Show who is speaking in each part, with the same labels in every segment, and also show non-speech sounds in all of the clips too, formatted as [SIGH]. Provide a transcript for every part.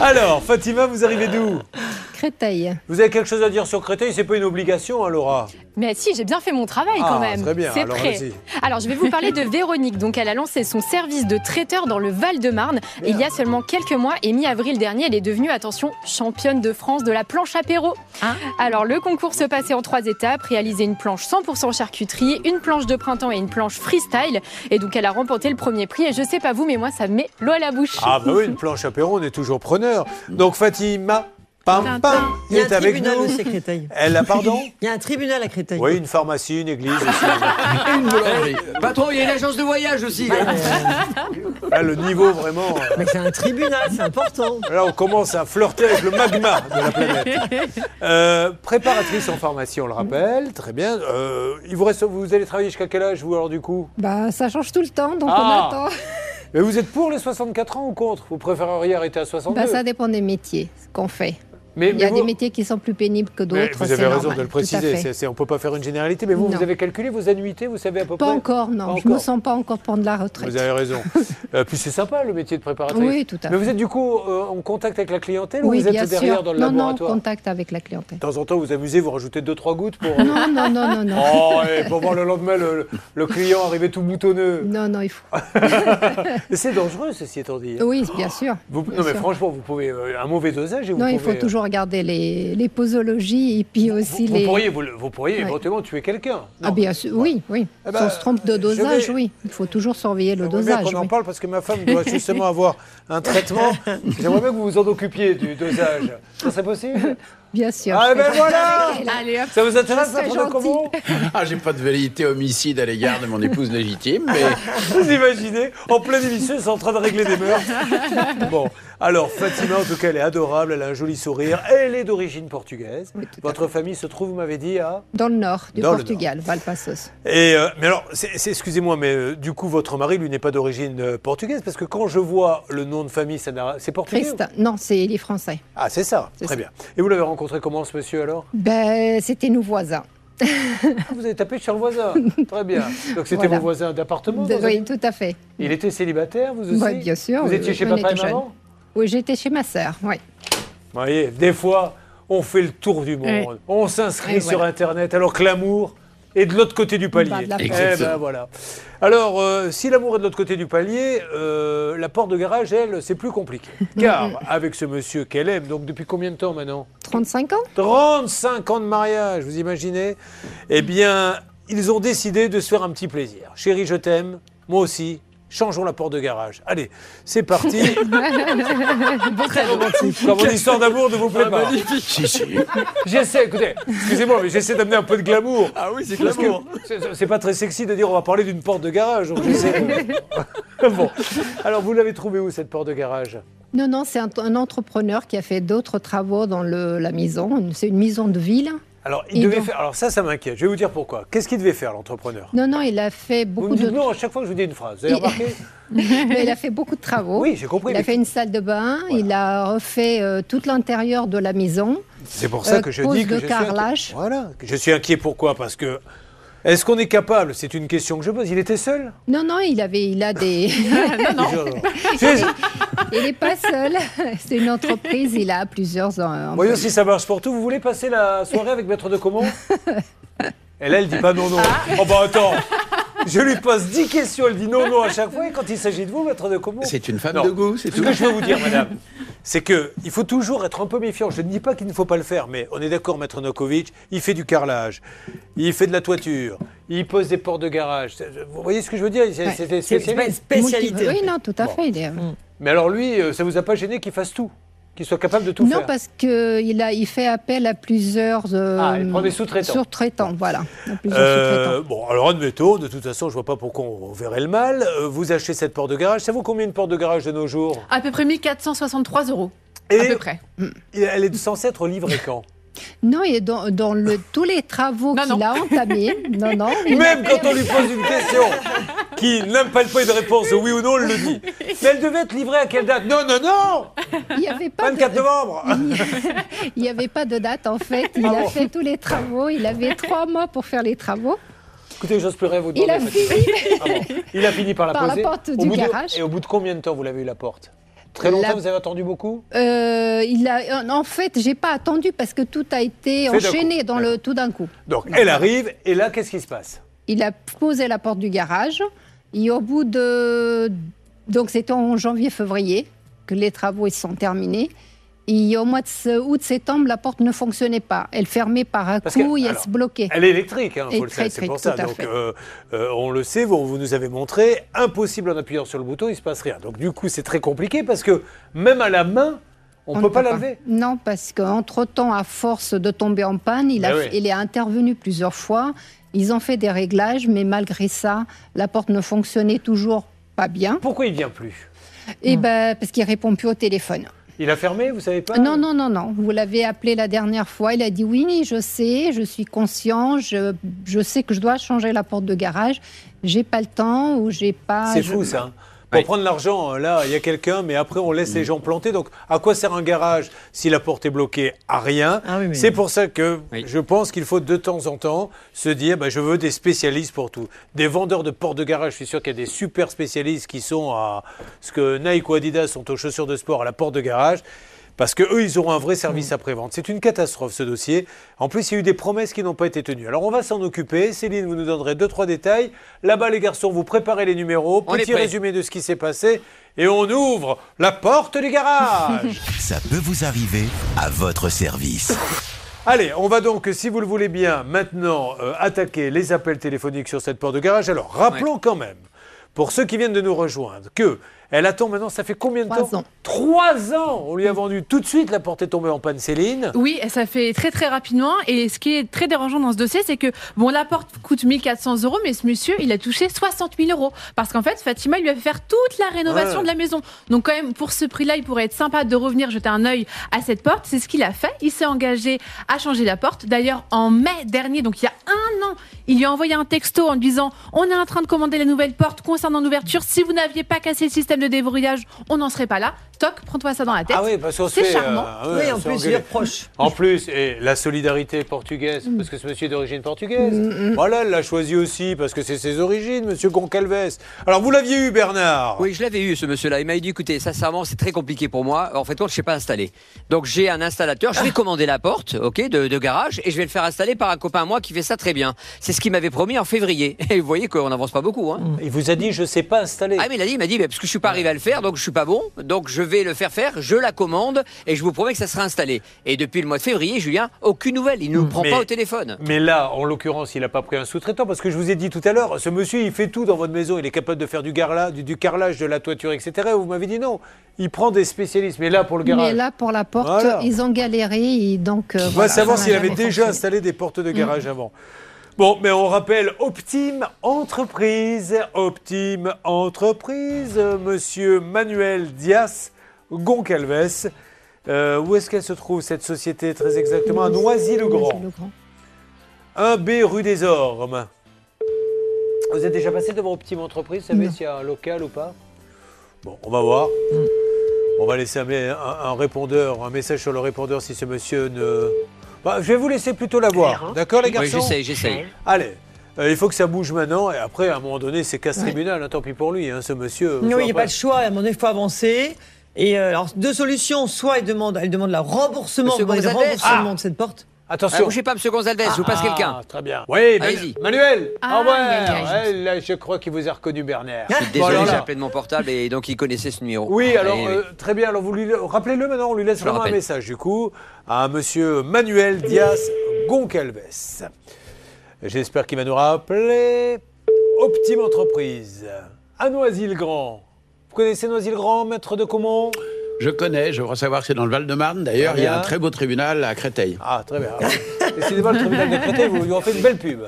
Speaker 1: Alors, Fatima, vous arrivez d'où
Speaker 2: Créteil.
Speaker 1: Vous avez quelque chose à dire sur Créteil C'est pas une obligation, hein, Laura
Speaker 3: Mais si, j'ai bien fait mon travail
Speaker 1: Ah,
Speaker 3: quand même.
Speaker 1: très bien,
Speaker 3: C'est
Speaker 1: alors
Speaker 3: prêt.
Speaker 1: vas-y.
Speaker 3: Alors, je vais vous
Speaker 1: [LAUGHS]
Speaker 3: parler de Véronique. Donc, elle a lancé son service de traiteur dans le Val-de-Marne il y a seulement quelques mois. Et mi-avril dernier, elle est devenue, attention, championne de France de la planche apéro.
Speaker 4: Hein
Speaker 2: Ah.
Speaker 3: Alors, le concours se passait en trois étapes réaliser une planche 100% charcuterie, une planche de printemps et une planche freestyle. Et donc, elle a remporté le premier prix. Et je sais pas vous, mais moi, ça me met l'eau à la bouche.
Speaker 1: Ah bah oui, une planche apéro, on est toujours preneur. Donc Fatima, pam pam,
Speaker 5: Il y a
Speaker 1: est
Speaker 5: un
Speaker 1: avec
Speaker 5: tribunal
Speaker 1: nous.
Speaker 5: aussi à Créteil.
Speaker 1: Elle a pardon
Speaker 5: Il y a un tribunal à Créteil.
Speaker 1: Oui, une pharmacie, une église. aussi.
Speaker 6: Une Bah, boulangerie. Ah, Patron, il y a une agence de voyage aussi.
Speaker 1: Là, Ah, le niveau vraiment. euh,
Speaker 5: Mais c'est un tribunal, c'est important.
Speaker 1: Là, on commence à flirter avec le magma de la planète. Euh, préparatrice en pharmacie, on le rappelle. Très bien. Euh, il vous reste, vous allez travailler jusqu'à quel âge vous alors du coup
Speaker 2: Bah, ça change tout le temps, donc
Speaker 1: Ah.
Speaker 2: on attend.
Speaker 1: Mais vous êtes pour les 64 ans ou contre Vous préféreriez arrêter à 62
Speaker 2: Bah, ça dépend des métiers ce qu'on fait.
Speaker 1: mais,
Speaker 2: Il y a
Speaker 1: mais
Speaker 2: des
Speaker 1: vous-
Speaker 2: métiers qui sont plus pénibles que
Speaker 1: mais
Speaker 2: d'autres.
Speaker 1: vous
Speaker 2: c'est
Speaker 1: avez raison
Speaker 2: normal,
Speaker 1: de le
Speaker 2: tout à
Speaker 1: préciser.
Speaker 2: fait.
Speaker 1: c'est- c'est- on peut pas faire une généralité. Mais vous,
Speaker 2: Non.
Speaker 1: vous avez calculé vos annuités Vous savez à peu
Speaker 2: Pas
Speaker 1: près
Speaker 2: encore, non.
Speaker 1: Pas
Speaker 2: Je me
Speaker 1: encore.
Speaker 2: sens pas encore prendre la retraite.
Speaker 1: Vous avez
Speaker 2: [LAUGHS]
Speaker 1: raison. Euh, puis c'est sympa le métier de préparatrice.
Speaker 2: Oui, tout à
Speaker 1: Mais
Speaker 2: fait.
Speaker 1: vous êtes du coup euh, en contact avec la clientèle
Speaker 2: Oui,
Speaker 1: ou vous êtes
Speaker 2: bien
Speaker 1: derrière
Speaker 2: sûr.
Speaker 1: dans le
Speaker 2: non, non,
Speaker 1: laboratoire
Speaker 2: contact avec la clientèle. [LAUGHS]
Speaker 1: De temps en temps, vous amusez, vous rajoutez deux trois gouttes pour.
Speaker 2: Non, non, non, non, non.
Speaker 1: Oh, et pour voir le lendemain le, le client arriver tout boutonneux.
Speaker 2: Non, non, il faut.
Speaker 1: Mais C'est dangereux, ceci étant dit.
Speaker 2: Oui, bien sûr.
Speaker 1: Vous- non,
Speaker 2: bien
Speaker 1: mais
Speaker 2: sûr.
Speaker 1: franchement, vous pouvez. euh, un mauvais dosage et vous
Speaker 2: Non, il
Speaker 1: pouvez,
Speaker 2: faut
Speaker 1: euh,
Speaker 2: toujours regarder les, les posologies et puis
Speaker 1: Vous,
Speaker 2: aussi
Speaker 1: vous
Speaker 2: les.
Speaker 1: pourriez, vous, le- vous pourriez
Speaker 2: Oui.
Speaker 1: éventuellement tuer quelqu'un.
Speaker 2: Ah, bien sûr, oui, oui.
Speaker 1: Eh
Speaker 2: Si
Speaker 1: ben,
Speaker 2: on se trompe de
Speaker 1: je
Speaker 2: dosage,
Speaker 1: vais-
Speaker 2: oui. Il faut toujours surveiller le
Speaker 1: J'aimerais bien
Speaker 2: dosage.
Speaker 1: qu'on en
Speaker 2: oui.
Speaker 1: parle parce que ma femme doit justement avoir un
Speaker 2: [LAUGHS]
Speaker 1: traitement. J'aimerais bien que vous vous en occupiez du dosage. Ça serait possible
Speaker 2: Bien sûr.
Speaker 1: Ah,
Speaker 2: je
Speaker 1: eh ben
Speaker 2: fais-
Speaker 1: voilà
Speaker 2: Allez, hop.
Speaker 1: Ça vous intéresse
Speaker 2: Je
Speaker 1: la
Speaker 2: serais
Speaker 1: prendre
Speaker 2: gentille.
Speaker 1: comment
Speaker 6: Ah, j'ai pas de velléité homicide à l'égard de mon épouse légitime, [LAUGHS] mais
Speaker 1: Vous imaginez, en plein délicieuse, en train de régler des
Speaker 2: [LAUGHS]
Speaker 1: mœurs. Bon, alors Fatima, en tout cas, elle est adorable, elle a un joli sourire, elle est d'origine portugaise.
Speaker 2: Oui, tout à
Speaker 1: Votre famille se trouve, vous m'avez dit, à...
Speaker 2: Dans le nord du
Speaker 1: Dans le
Speaker 2: Portugal, Valpassos.
Speaker 1: Et euh, mais alors, c'est- c'est- excusez-moi, mais euh, du coup, votre mari, lui, n'est pas d'origine euh, portugaise, parce que quand je vois le nom de famille, ça n'a- c'est portugais ou-
Speaker 2: Christ, non, c'est les Français.
Speaker 1: Ah, c'est ça,
Speaker 2: C'est
Speaker 1: très
Speaker 2: ça.
Speaker 1: bien. Et vous l'avez rencontré comment, ce monsieur, alors
Speaker 2: Ben, c'était nos voisins.
Speaker 1: Ah, Vous avez tapé sur le
Speaker 2: [LAUGHS]
Speaker 1: voisin, très bien. Donc c'était
Speaker 2: Voilà.
Speaker 1: vos voisins d'appartement
Speaker 2: De-
Speaker 1: dans un-
Speaker 2: oui, tout à fait.
Speaker 1: Il était célibataire, vous aussi
Speaker 2: Ouais, bien sûr,
Speaker 1: Vous
Speaker 2: oui,
Speaker 1: étiez
Speaker 2: oui,
Speaker 1: chez
Speaker 2: on
Speaker 1: papa et
Speaker 2: était jeunes.
Speaker 1: maman
Speaker 2: Oui, j'étais chez ma sœur, oui.
Speaker 1: Vous voyez, des fois, on fait le tour du monde.
Speaker 2: Ouais.
Speaker 1: On s'inscrit
Speaker 2: Et
Speaker 1: sur
Speaker 2: voilà.
Speaker 1: Internet alors que l'amour est de l'autre côté du palier.
Speaker 2: Bah, de la
Speaker 1: Eh
Speaker 6: porte.
Speaker 1: ben, voilà. Alors, euh, si l'amour est de l'autre côté du palier, euh, la porte de garage, elle, c'est plus
Speaker 2: [LAUGHS]
Speaker 1: compliqué. Car avec ce monsieur qu'elle aime, donc depuis combien de temps maintenant
Speaker 2: 35 ans
Speaker 1: 35 ans de mariage, vous imaginez Eh bien, ils ont décidé de se faire un petit plaisir. Chérie, je t'aime, moi aussi. Changeons la porte de garage. Allez, c'est
Speaker 2: [LAUGHS]
Speaker 1: parti. Très romantique. Dans mon histoire d'amour ne vous plaît pas.
Speaker 6: Ah, si, si.
Speaker 1: J'essaie, écoutez, excusez-moi, mais j'essaie d'amener un peu de glamour.
Speaker 6: Ah oui, c'est
Speaker 1: Parce que c'est- c'est pas très sexy de dire on va parler d'une porte de garage. donc j'essaie
Speaker 2: [LAUGHS]
Speaker 1: de- bon. Alors, vous l'avez trouvée où cette porte de garage
Speaker 2: Non, non, c'est un, un entrepreneur qui a fait d'autres travaux dans le- la maison. C'est une maison de ville.
Speaker 1: Alors, il
Speaker 2: Et
Speaker 1: devait
Speaker 2: donc
Speaker 1: faire. Alors, ça, ça m'inquiète. Je vais vous dire pourquoi. Qu'est-ce qu'il devait faire, l'entrepreneur
Speaker 2: Non, non, il a fait
Speaker 1: Vous me
Speaker 2: beaucoup
Speaker 1: dites
Speaker 2: de,
Speaker 1: non à chaque fois que je vous dis une phrase. Vous avez
Speaker 2: Il-
Speaker 1: remarqué
Speaker 2: mais [LAUGHS] il a fait beaucoup de travaux.
Speaker 1: Oui, j'ai compris.
Speaker 2: Oh, il a
Speaker 1: mais
Speaker 2: fait une salle de bain, il a refait euh, tout l'intérieur de la maison.
Speaker 1: C'est pour ça
Speaker 2: euh,
Speaker 1: que je
Speaker 2: pose
Speaker 1: dis que
Speaker 2: de
Speaker 1: je suis
Speaker 2: carrelage.
Speaker 1: inquiet. Voilà. Je suis inquiet pourquoi Parce que. Est-ce qu'on est capable C'est une question que je pose. Il était seul
Speaker 2: Non, non, il avait, il a des, [LAUGHS]
Speaker 1: C'est-
Speaker 2: il n'est pas seul. [LAUGHS] C'est une entreprise, il a plusieurs. euh,
Speaker 1: Voyons si ça marche pour tout. Vous voulez passer la soirée avec Maître de Comment Et là, elle dit pas non, non. Oh bah attends Je lui pose 10 questions, elle dit non, non à chaque fois. Et quand il s'agit de vous, Maître de Comment
Speaker 6: C'est une femme
Speaker 1: Non.
Speaker 6: de goût, c'est
Speaker 1: Ce
Speaker 6: tout.
Speaker 1: que je veux vous dire, madame, c'est que il faut toujours être un peu méfiant. Je ne dis pas qu'il ne faut pas le faire, mais on est d'accord, maître Nokovic, il fait du carrelage, il fait de la toiture, il pose des portes de garage. C'est- Vous voyez ce que je veux dire C'est
Speaker 2: Ouais.
Speaker 1: c'est des
Speaker 5: C'est c'est pas une
Speaker 1: spécialistes.
Speaker 5: spécialité.
Speaker 2: Oui, non, tout à fait. il est- euh,
Speaker 1: Mm. Mais alors lui, euh, ça vous a pas gêné qu'il fasse tout Qu'il soit capable de tout
Speaker 2: Non,
Speaker 1: faire
Speaker 2: parce qu'il a, il fait appel à plusieurs. euh,
Speaker 1: Ah, il prend des sous-traitants.
Speaker 2: Sous-traitants, voilà. à plusieurs
Speaker 1: Euh,
Speaker 2: sous-traitants.
Speaker 1: bon, alors admettons, de toute façon, je vois pas pourquoi on verrait le mal. Euh, Vous achetez cette porte de garage. Ça vaut combien une porte de garage de nos jours
Speaker 4: À peu près 1463 euros, à
Speaker 1: Et
Speaker 4: peu près.
Speaker 1: elle est censée être livrée quand
Speaker 2: Non, et dans, dans le, tous les travaux
Speaker 4: Non,
Speaker 2: qu'il
Speaker 4: non.
Speaker 2: a entamés,
Speaker 1: [LAUGHS]
Speaker 2: non, non, il a
Speaker 1: Même quand on lui pose une question qui n'impale pas une réponse de oui ou non, elle le dit. Mais elle devait être livrée à quelle date Non, non, non
Speaker 2: Il n'y avait, pas de-
Speaker 1: 24 novembre
Speaker 2: il y avait pas de date en fait. Il
Speaker 1: Ah
Speaker 2: a
Speaker 1: bon
Speaker 2: fait tous les travaux. Il avait trois mois pour faire les travaux.
Speaker 1: Écoutez, j'ose plus rien vous
Speaker 2: Il
Speaker 1: demander.
Speaker 2: a
Speaker 1: Fatima.
Speaker 2: fini
Speaker 1: Ah bon. Il a fini par la
Speaker 2: Par la
Speaker 1: poser.
Speaker 2: porte
Speaker 1: Au
Speaker 2: du
Speaker 1: bout de-
Speaker 2: garage.
Speaker 1: Et au bout de combien de temps vous l'avez eu la porte Très longtemps,
Speaker 2: La-
Speaker 1: vous avez attendu beaucoup
Speaker 2: Euh, il a, en fait, j'ai pas attendu parce que tout a été
Speaker 1: Fait d'un
Speaker 2: enchaîné
Speaker 1: coup.
Speaker 2: dans le tout d'un coup.
Speaker 1: Donc, elle arrive, et là, qu'est-ce qui se passe
Speaker 2: Il a posé la porte du garage et au bout de donc c'était en janvier-février que les travaux ils sont terminés. Et au mois de août-septembre, la porte ne fonctionnait pas. Elle fermait par un
Speaker 1: Parce que-
Speaker 2: coup et elle
Speaker 1: alors,
Speaker 2: se bloquait.
Speaker 1: Elle est électrique, hein, faut le
Speaker 2: Électrique,
Speaker 1: savoir, c'est pour
Speaker 2: tout
Speaker 1: ça.
Speaker 2: à
Speaker 1: Donc,
Speaker 2: fait.
Speaker 1: euh, euh, on le sait, vous, vous nous avez montré, impossible en appuyant sur le bouton, il se passe rien. Donc, du coup, c'est très compliqué parce que même à la main, on ne
Speaker 2: ne
Speaker 1: peut pas la lever.
Speaker 2: Non, parce qu'entre-temps, à force de tomber en panne, il, a,
Speaker 6: Ben oui.
Speaker 2: il est intervenu plusieurs fois. Ils ont fait des réglages, mais malgré ça, la porte ne fonctionnait toujours pas bien.
Speaker 1: Pourquoi il vient plus
Speaker 2: Et ben, parce qu'il répond plus au téléphone.
Speaker 1: Il a fermé, vous savez pas
Speaker 2: Non, non, non, non. Vous l'avez appelé la dernière fois. Il a dit oui, je sais, je suis conscient, je, je sais que je dois changer la porte de garage. J'ai pas le temps ou j'ai pas.
Speaker 1: C'est
Speaker 2: je-
Speaker 1: fou ça. hein. Pour
Speaker 6: Oui.
Speaker 1: prendre l'argent, euh, là, il y a quelqu'un, mais après, on laisse les gens planter. Donc, à quoi sert un garage si la porte est bloquée À rien.
Speaker 5: Ah oui, mais-
Speaker 1: C'est pour ça que
Speaker 6: Oui.
Speaker 1: je pense qu'il faut de temps en temps se dire bah, je veux des spécialistes pour tout. Des vendeurs de portes de garage, je suis sûr qu'il y a des super spécialistes qui sont à ce que Nike ou Adidas sont aux chaussures de sport à la porte de garage. Parce que eux, ils auront un vrai
Speaker 6: Mm.
Speaker 1: service après-vente. C'est une catastrophe, ce dossier. En plus, il y a eu des promesses qui n'ont pas été tenues. Alors, on va s'en occuper. Céline, vous nous donnerez deux, trois détails. Là-bas, les garçons, vous préparez les numéros.
Speaker 6: On est
Speaker 1: Petit
Speaker 6: prêts.
Speaker 1: résumé de ce qui s'est passé. Et on ouvre la porte du garage.
Speaker 7: Ça peut vous arriver à votre service.
Speaker 1: Allez, on va donc, si vous le voulez bien, maintenant euh, attaquer les appels téléphoniques sur cette porte de garage. Alors, rappelons quand même, pour ceux qui viennent de nous rejoindre, que elle attend maintenant, ça fait combien de
Speaker 2: Trois
Speaker 1: temps
Speaker 2: ans.
Speaker 1: Trois ans On lui a vendu tout de suite, la porte est tombée en panne, Céline.
Speaker 4: Oui, ça fait très très rapidement. Et ce qui est très dérangeant dans ce dossier, c'est que bon, la porte coûte 1400 euros, mais ce monsieur, il a touché 60 000 euros parce qu'en fait, Fatima il lui a fait faire toute la rénovation
Speaker 1: Ouais.
Speaker 4: de la maison. Donc quand même, pour ce prix-là, il pourrait être sympa de revenir jeter un œil à cette porte. C'est ce qu'il a fait. Il s'est engagé à changer la porte. D'ailleurs, en mai dernier, donc il y a un an, il lui a envoyé un texto en lui disant "On est en train de commander la nouvelle porte concernant l'ouverture. Si vous n'aviez pas cassé le système de déverrouillage, on n'en serait pas là. Toc, prends-toi ça dans la tête."
Speaker 1: Ah oui, parce qu'on se
Speaker 4: C'est
Speaker 1: fait,
Speaker 4: charmant.
Speaker 1: euh, ouais,
Speaker 5: Oui,
Speaker 1: on
Speaker 5: en
Speaker 1: se fait
Speaker 5: plus, il
Speaker 1: engueuler.
Speaker 5: est proche.
Speaker 1: En plus, et la solidarité portugaise, parce que ce monsieur est d'origine portugaise. Voilà, elle l'a choisi aussi, parce que c'est ses origines, monsieur Goncalves. Alors, vous l'aviez eu, Bernard
Speaker 8: Oui, je l'avais eu ce monsieur-là. Il m'a dit écoutez, sincèrement, c'est très compliqué pour moi. En fait, compte, je ne sais pas installer. Donc j'ai un installateur.
Speaker 1: Ah.
Speaker 8: Je vais commander la porte, ok, de, de garage, et je vais le faire installer par un copain à moi qui fait ça très bien. C'est ce qu'il m'avait promis en février. [LAUGHS] Et vous voyez qu'on n'avance pas beaucoup. Hein.
Speaker 1: Il vous a dit, je ne sais pas installer.
Speaker 8: Ah mais il a dit, il m'a dit, mais parce que je suis pas arrivé à le faire, donc je suis pas bon, donc je vais le faire faire, je la commande et je vous promets que ça sera installé. Et depuis le mois de février, Julien, aucune nouvelle, il ne nous prend
Speaker 1: Mm. Mais-
Speaker 8: pas au téléphone.
Speaker 1: Mais là, en l'occurrence, il n'a pas pris un sous-traitant parce que je vous ai dit tout à l'heure, ce monsieur, il fait tout dans votre maison. Il est capable de faire du, garla, du, du carrelage, de la toiture, etc. Vous m'avez dit non. Il prend des spécialistes. Mais là, pour le garage.
Speaker 2: Mais là, pour la porte,
Speaker 1: Voilà.
Speaker 2: ils ont galéré. Et donc, euh,
Speaker 1: on va
Speaker 2: voilà,
Speaker 1: savoir
Speaker 2: ça n'a
Speaker 1: s'il avait
Speaker 2: jamais
Speaker 1: déjà
Speaker 2: Mm. fonctionné.
Speaker 1: installé des portes de garage avant. Bon, mais on rappelle Optime Entreprise. Optime Entreprise, euh, monsieur Manuel Dias Goncalves. Euh, où est-ce qu'elle se trouve, cette société, très exactement À Noisy-le-Grand.
Speaker 2: Noisy-le-Grand.
Speaker 1: 1B rue des Ormes. Vous êtes déjà passé devant Optime Entreprise, vous savez
Speaker 2: Non.
Speaker 1: s'il y a un local ou pas Bon, on va voir.
Speaker 8: Hmm.
Speaker 1: On va laisser un, mé- un- un répondeur, un message sur le répondeur si ce monsieur ne. Bah, je vais vous laisser plutôt la voir. D'accord, les
Speaker 8: hein Oui,
Speaker 1: garçons
Speaker 8: j'essaye, j'essaye.
Speaker 1: Allez. Euh, il faut que ça bouge maintenant et après, à un moment donné, c'est casse tribunal. hein, tant pis pour lui, hein, ce monsieur.
Speaker 5: Non,
Speaker 1: Faut
Speaker 5: il n'y a
Speaker 1: après-
Speaker 5: pas le choix. À un moment donné, il faut avancer. Et euh, alors, deux solutions. Soit elle demande, elle demande le remboursement,
Speaker 8: Monsieur
Speaker 5: vous demandez le
Speaker 8: Gonzalez.
Speaker 5: remboursement de cette porte.
Speaker 8: Ah,
Speaker 1: Attention.
Speaker 8: bougez pas, monsieur Gonzalez, je vous passe quelqu'un.
Speaker 1: Ah, Très bien. Oui, Manu-
Speaker 8: Allez-y.
Speaker 1: Manuel.
Speaker 4: Ah,
Speaker 1: Ah, ouais.
Speaker 4: aïe, aïe,
Speaker 1: Ouais, là, je crois qu'il vous a reconnu, Bernard.
Speaker 8: Ah, Je suis désolé,
Speaker 1: Voilà.
Speaker 8: j'ai appelé de mon portable et donc il connaissait ce numéro.
Speaker 1: Oui, alors
Speaker 8: Allez,
Speaker 1: euh, très bien. Alors vous lui rappelez-le maintenant, on lui laisse
Speaker 8: Je le
Speaker 1: vraiment un
Speaker 8: rappelle.
Speaker 1: message du coup à Monsieur Manuel Diaz Goncalves. J'espère qu'il va nous rappeler Optime Entreprise à Noisy-le-Grand. Vous connaissez Noisy-le-Grand, maître de Comont
Speaker 6: Je connais, je crois savoir que c'est dans le Val-de-Marne. D'ailleurs, il y a
Speaker 1: Bien.
Speaker 6: un très beau tribunal à Créteil.
Speaker 1: Ah, très
Speaker 8: [LAUGHS]
Speaker 1: bien. Décidément, le tribunal de Créteil, vous lui en fait une belle pub.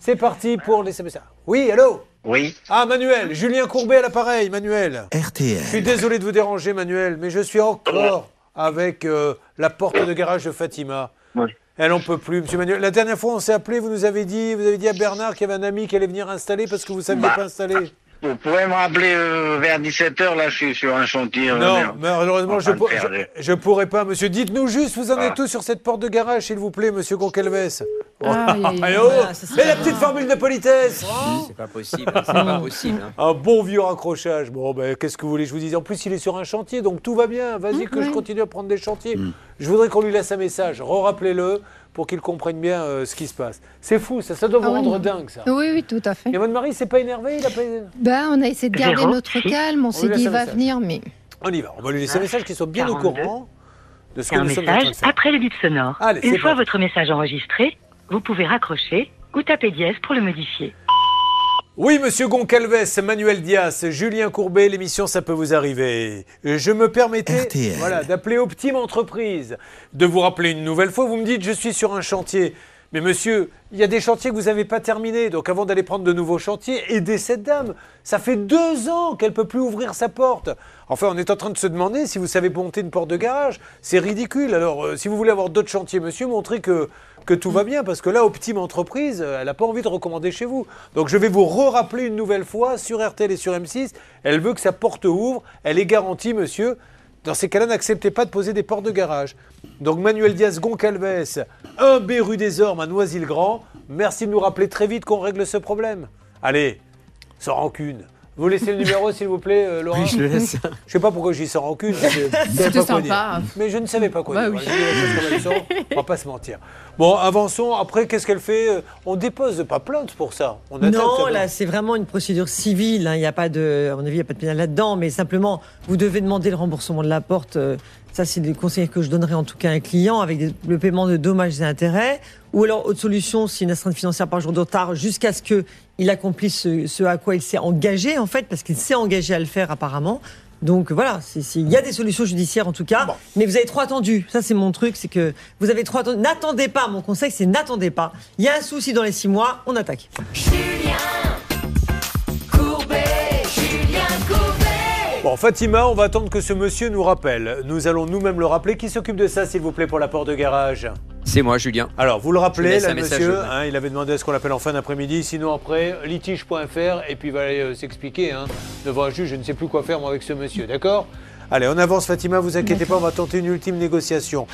Speaker 1: C'est parti pour les SMS. Oui, allô
Speaker 9: Oui,
Speaker 1: Ah, Manuel, Julien Courbet à l'appareil, Manuel. Je suis
Speaker 7: RTL,
Speaker 1: désolé de vous déranger, Manuel, mais je suis encore avec euh, la porte de garage de Fatima.
Speaker 9: Oui.
Speaker 1: Elle en peut plus, Monsieur Manuel. La dernière fois, on s'est appelé, vous nous avez dit, vous avez dit à Bernard qu'il y avait un ami qui allait venir installer parce que vous ne saviez
Speaker 9: Bah.
Speaker 1: pas installer.
Speaker 9: vous pouvez me rappeler euh, vers 17h, là je suis sur un chantier. euh,
Speaker 1: Non,
Speaker 9: merde.
Speaker 1: malheureusement, je
Speaker 9: On va le faire,
Speaker 1: ne pourrais pas, Monsieur. Dites-nous juste, vous en
Speaker 9: Ah.
Speaker 1: êtes tous sur cette porte de garage, s'il vous plaît, Monsieur Goncalves.
Speaker 4: Aïe, aïe, aïe.
Speaker 1: Eh oh
Speaker 5: Voilà, ça, c'est
Speaker 1: Mais la
Speaker 5: pas
Speaker 1: petite
Speaker 5: grave.
Speaker 1: formule de politesse
Speaker 8: C'est pas possible, hein, c'est pas possible. hein.
Speaker 1: Un bon vieux raccrochage. Bon, ben, qu'est-ce que vous voulez que Je vous dise, en plus, il est sur un chantier, donc tout va bien. Vas-y, que je continue à prendre des chantiers. Je voudrais qu'on lui laisse un message. Re-rappelez-le pour qu'il comprenne bien euh, ce qui se passe. C'est fou, ça, ça doit vous
Speaker 2: Ah oui.
Speaker 1: rendre dingue, ça.
Speaker 2: Oui, oui, tout à fait.
Speaker 1: Et votre mari, s'est pas énervé il a pas...
Speaker 2: Ben, on a essayé de garder
Speaker 9: Zéro,
Speaker 2: notre
Speaker 9: six.
Speaker 2: calme, on s'est
Speaker 1: laisse
Speaker 2: dit, il
Speaker 1: un
Speaker 2: va
Speaker 1: message.
Speaker 2: venir, mais...
Speaker 1: On y va. On va lui laisser un message qu'il soit bien au
Speaker 9: 42.
Speaker 1: courant de ce que
Speaker 10: un
Speaker 1: nous sommes en train
Speaker 10: message
Speaker 1: de faire.
Speaker 10: après le bip sonore.
Speaker 1: Allez,
Speaker 10: Une
Speaker 1: c'est
Speaker 10: fois
Speaker 1: parti.
Speaker 10: votre message enregistré, vous pouvez raccrocher ou taper dièse pour le modifier.
Speaker 1: Oui, monsieur Goncalves, Manuel Dias, Julien Courbet, l'émission Ça peut vous arriver. Je me permettais
Speaker 7: RTL.
Speaker 1: voilà, d'appeler Optime Entreprise, de vous rappeler une nouvelle fois. Vous me dites, je suis sur un chantier. Mais monsieur, il y a des chantiers que vous n'avez pas terminés. Donc avant d'aller prendre de nouveaux chantiers, aidez cette dame. Ça fait deux ans qu'elle ne peut plus ouvrir sa porte. Enfin, on est en train de se demander si vous savez monter une porte de garage. C'est ridicule. Alors, euh, si vous voulez avoir d'autres chantiers, monsieur, montrez que, que tout va bien. Parce que là, Optime Entreprise, euh, elle n'a pas envie de recommander chez vous. Donc, je vais vous re-rappeler une nouvelle fois sur RTL et sur M6. Elle veut que sa porte ouvre. Elle est garantie, monsieur. Dans ces cas-là, n'acceptez pas de poser des portes de garage. Donc Manuel Diaz Goncalves, 1B rue des Ormes à Noisy-le-Grand, merci de nous rappeler très vite qu'on règle ce problème. Allez, sans rancune. Vous laissez le numéro, s'il vous plaît, euh, Laurent
Speaker 8: Oui, je le laisse.
Speaker 1: Je sais pas pourquoi je dis sans rancune. je sais- je savais
Speaker 4: [LAUGHS] C'était
Speaker 1: pas quoi
Speaker 4: sympa.
Speaker 1: dire. Mais je ne savais pas quoi
Speaker 4: Bah
Speaker 1: dire.
Speaker 4: oui.
Speaker 1: Je dis les choses comme elles sont, on va pas se mentir. Bon, avançons. Après, qu'est-ce qu'elle fait Euh, On dépose pas plainte pour ça. On attaque,
Speaker 5: Non,
Speaker 1: ça.
Speaker 5: là, c'est vraiment une procédure civile. hein. Il n'y a pas de, à mon avis, il n'y a pas de pénal là-dedans. Mais simplement, vous devez demander le remboursement de la porte. euh, Ça, c'est des conseils que je donnerais en tout cas à un client avec des- le paiement de dommages et intérêts. Ou alors, autre solution, c'est une astreinte financière par jour de retard jusqu'à ce qu'il accomplisse ce, ce à quoi il s'est engagé, en fait, parce qu'il s'est engagé à le faire apparemment. Donc voilà, c'est- c'est- il y a des solutions judiciaires en tout cas, mais vous avez trop attendu. Ça c'est mon truc, c'est que vous avez trop attendu. N'attendez pas, mon conseil c'est n'attendez pas. Il y a un souci dans les six mois, on attaque.
Speaker 1: Bon, Fatima, on va attendre que ce monsieur nous rappelle. Nous allons nous-mêmes le rappeler. Qui s'occupe de ça, s'il vous plaît, pour la porte de garage
Speaker 8: C'est moi, Julien.
Speaker 1: Alors, vous le
Speaker 8: Je
Speaker 1: rappelez,
Speaker 8: laisse
Speaker 1: là,
Speaker 8: un message,
Speaker 1: monsieur,
Speaker 8: ouais.
Speaker 1: hein, il avait demandé à ce qu'on l'appelle en fin d'après-midi, sinon après, litige.fr, et puis il va aller euh, s'expliquer hein, devant un juge, je ne sais plus quoi faire moi avec ce monsieur, d'accord Allez, on avance, Fatima, vous inquiétez pas, on va tenter une ultime négociation.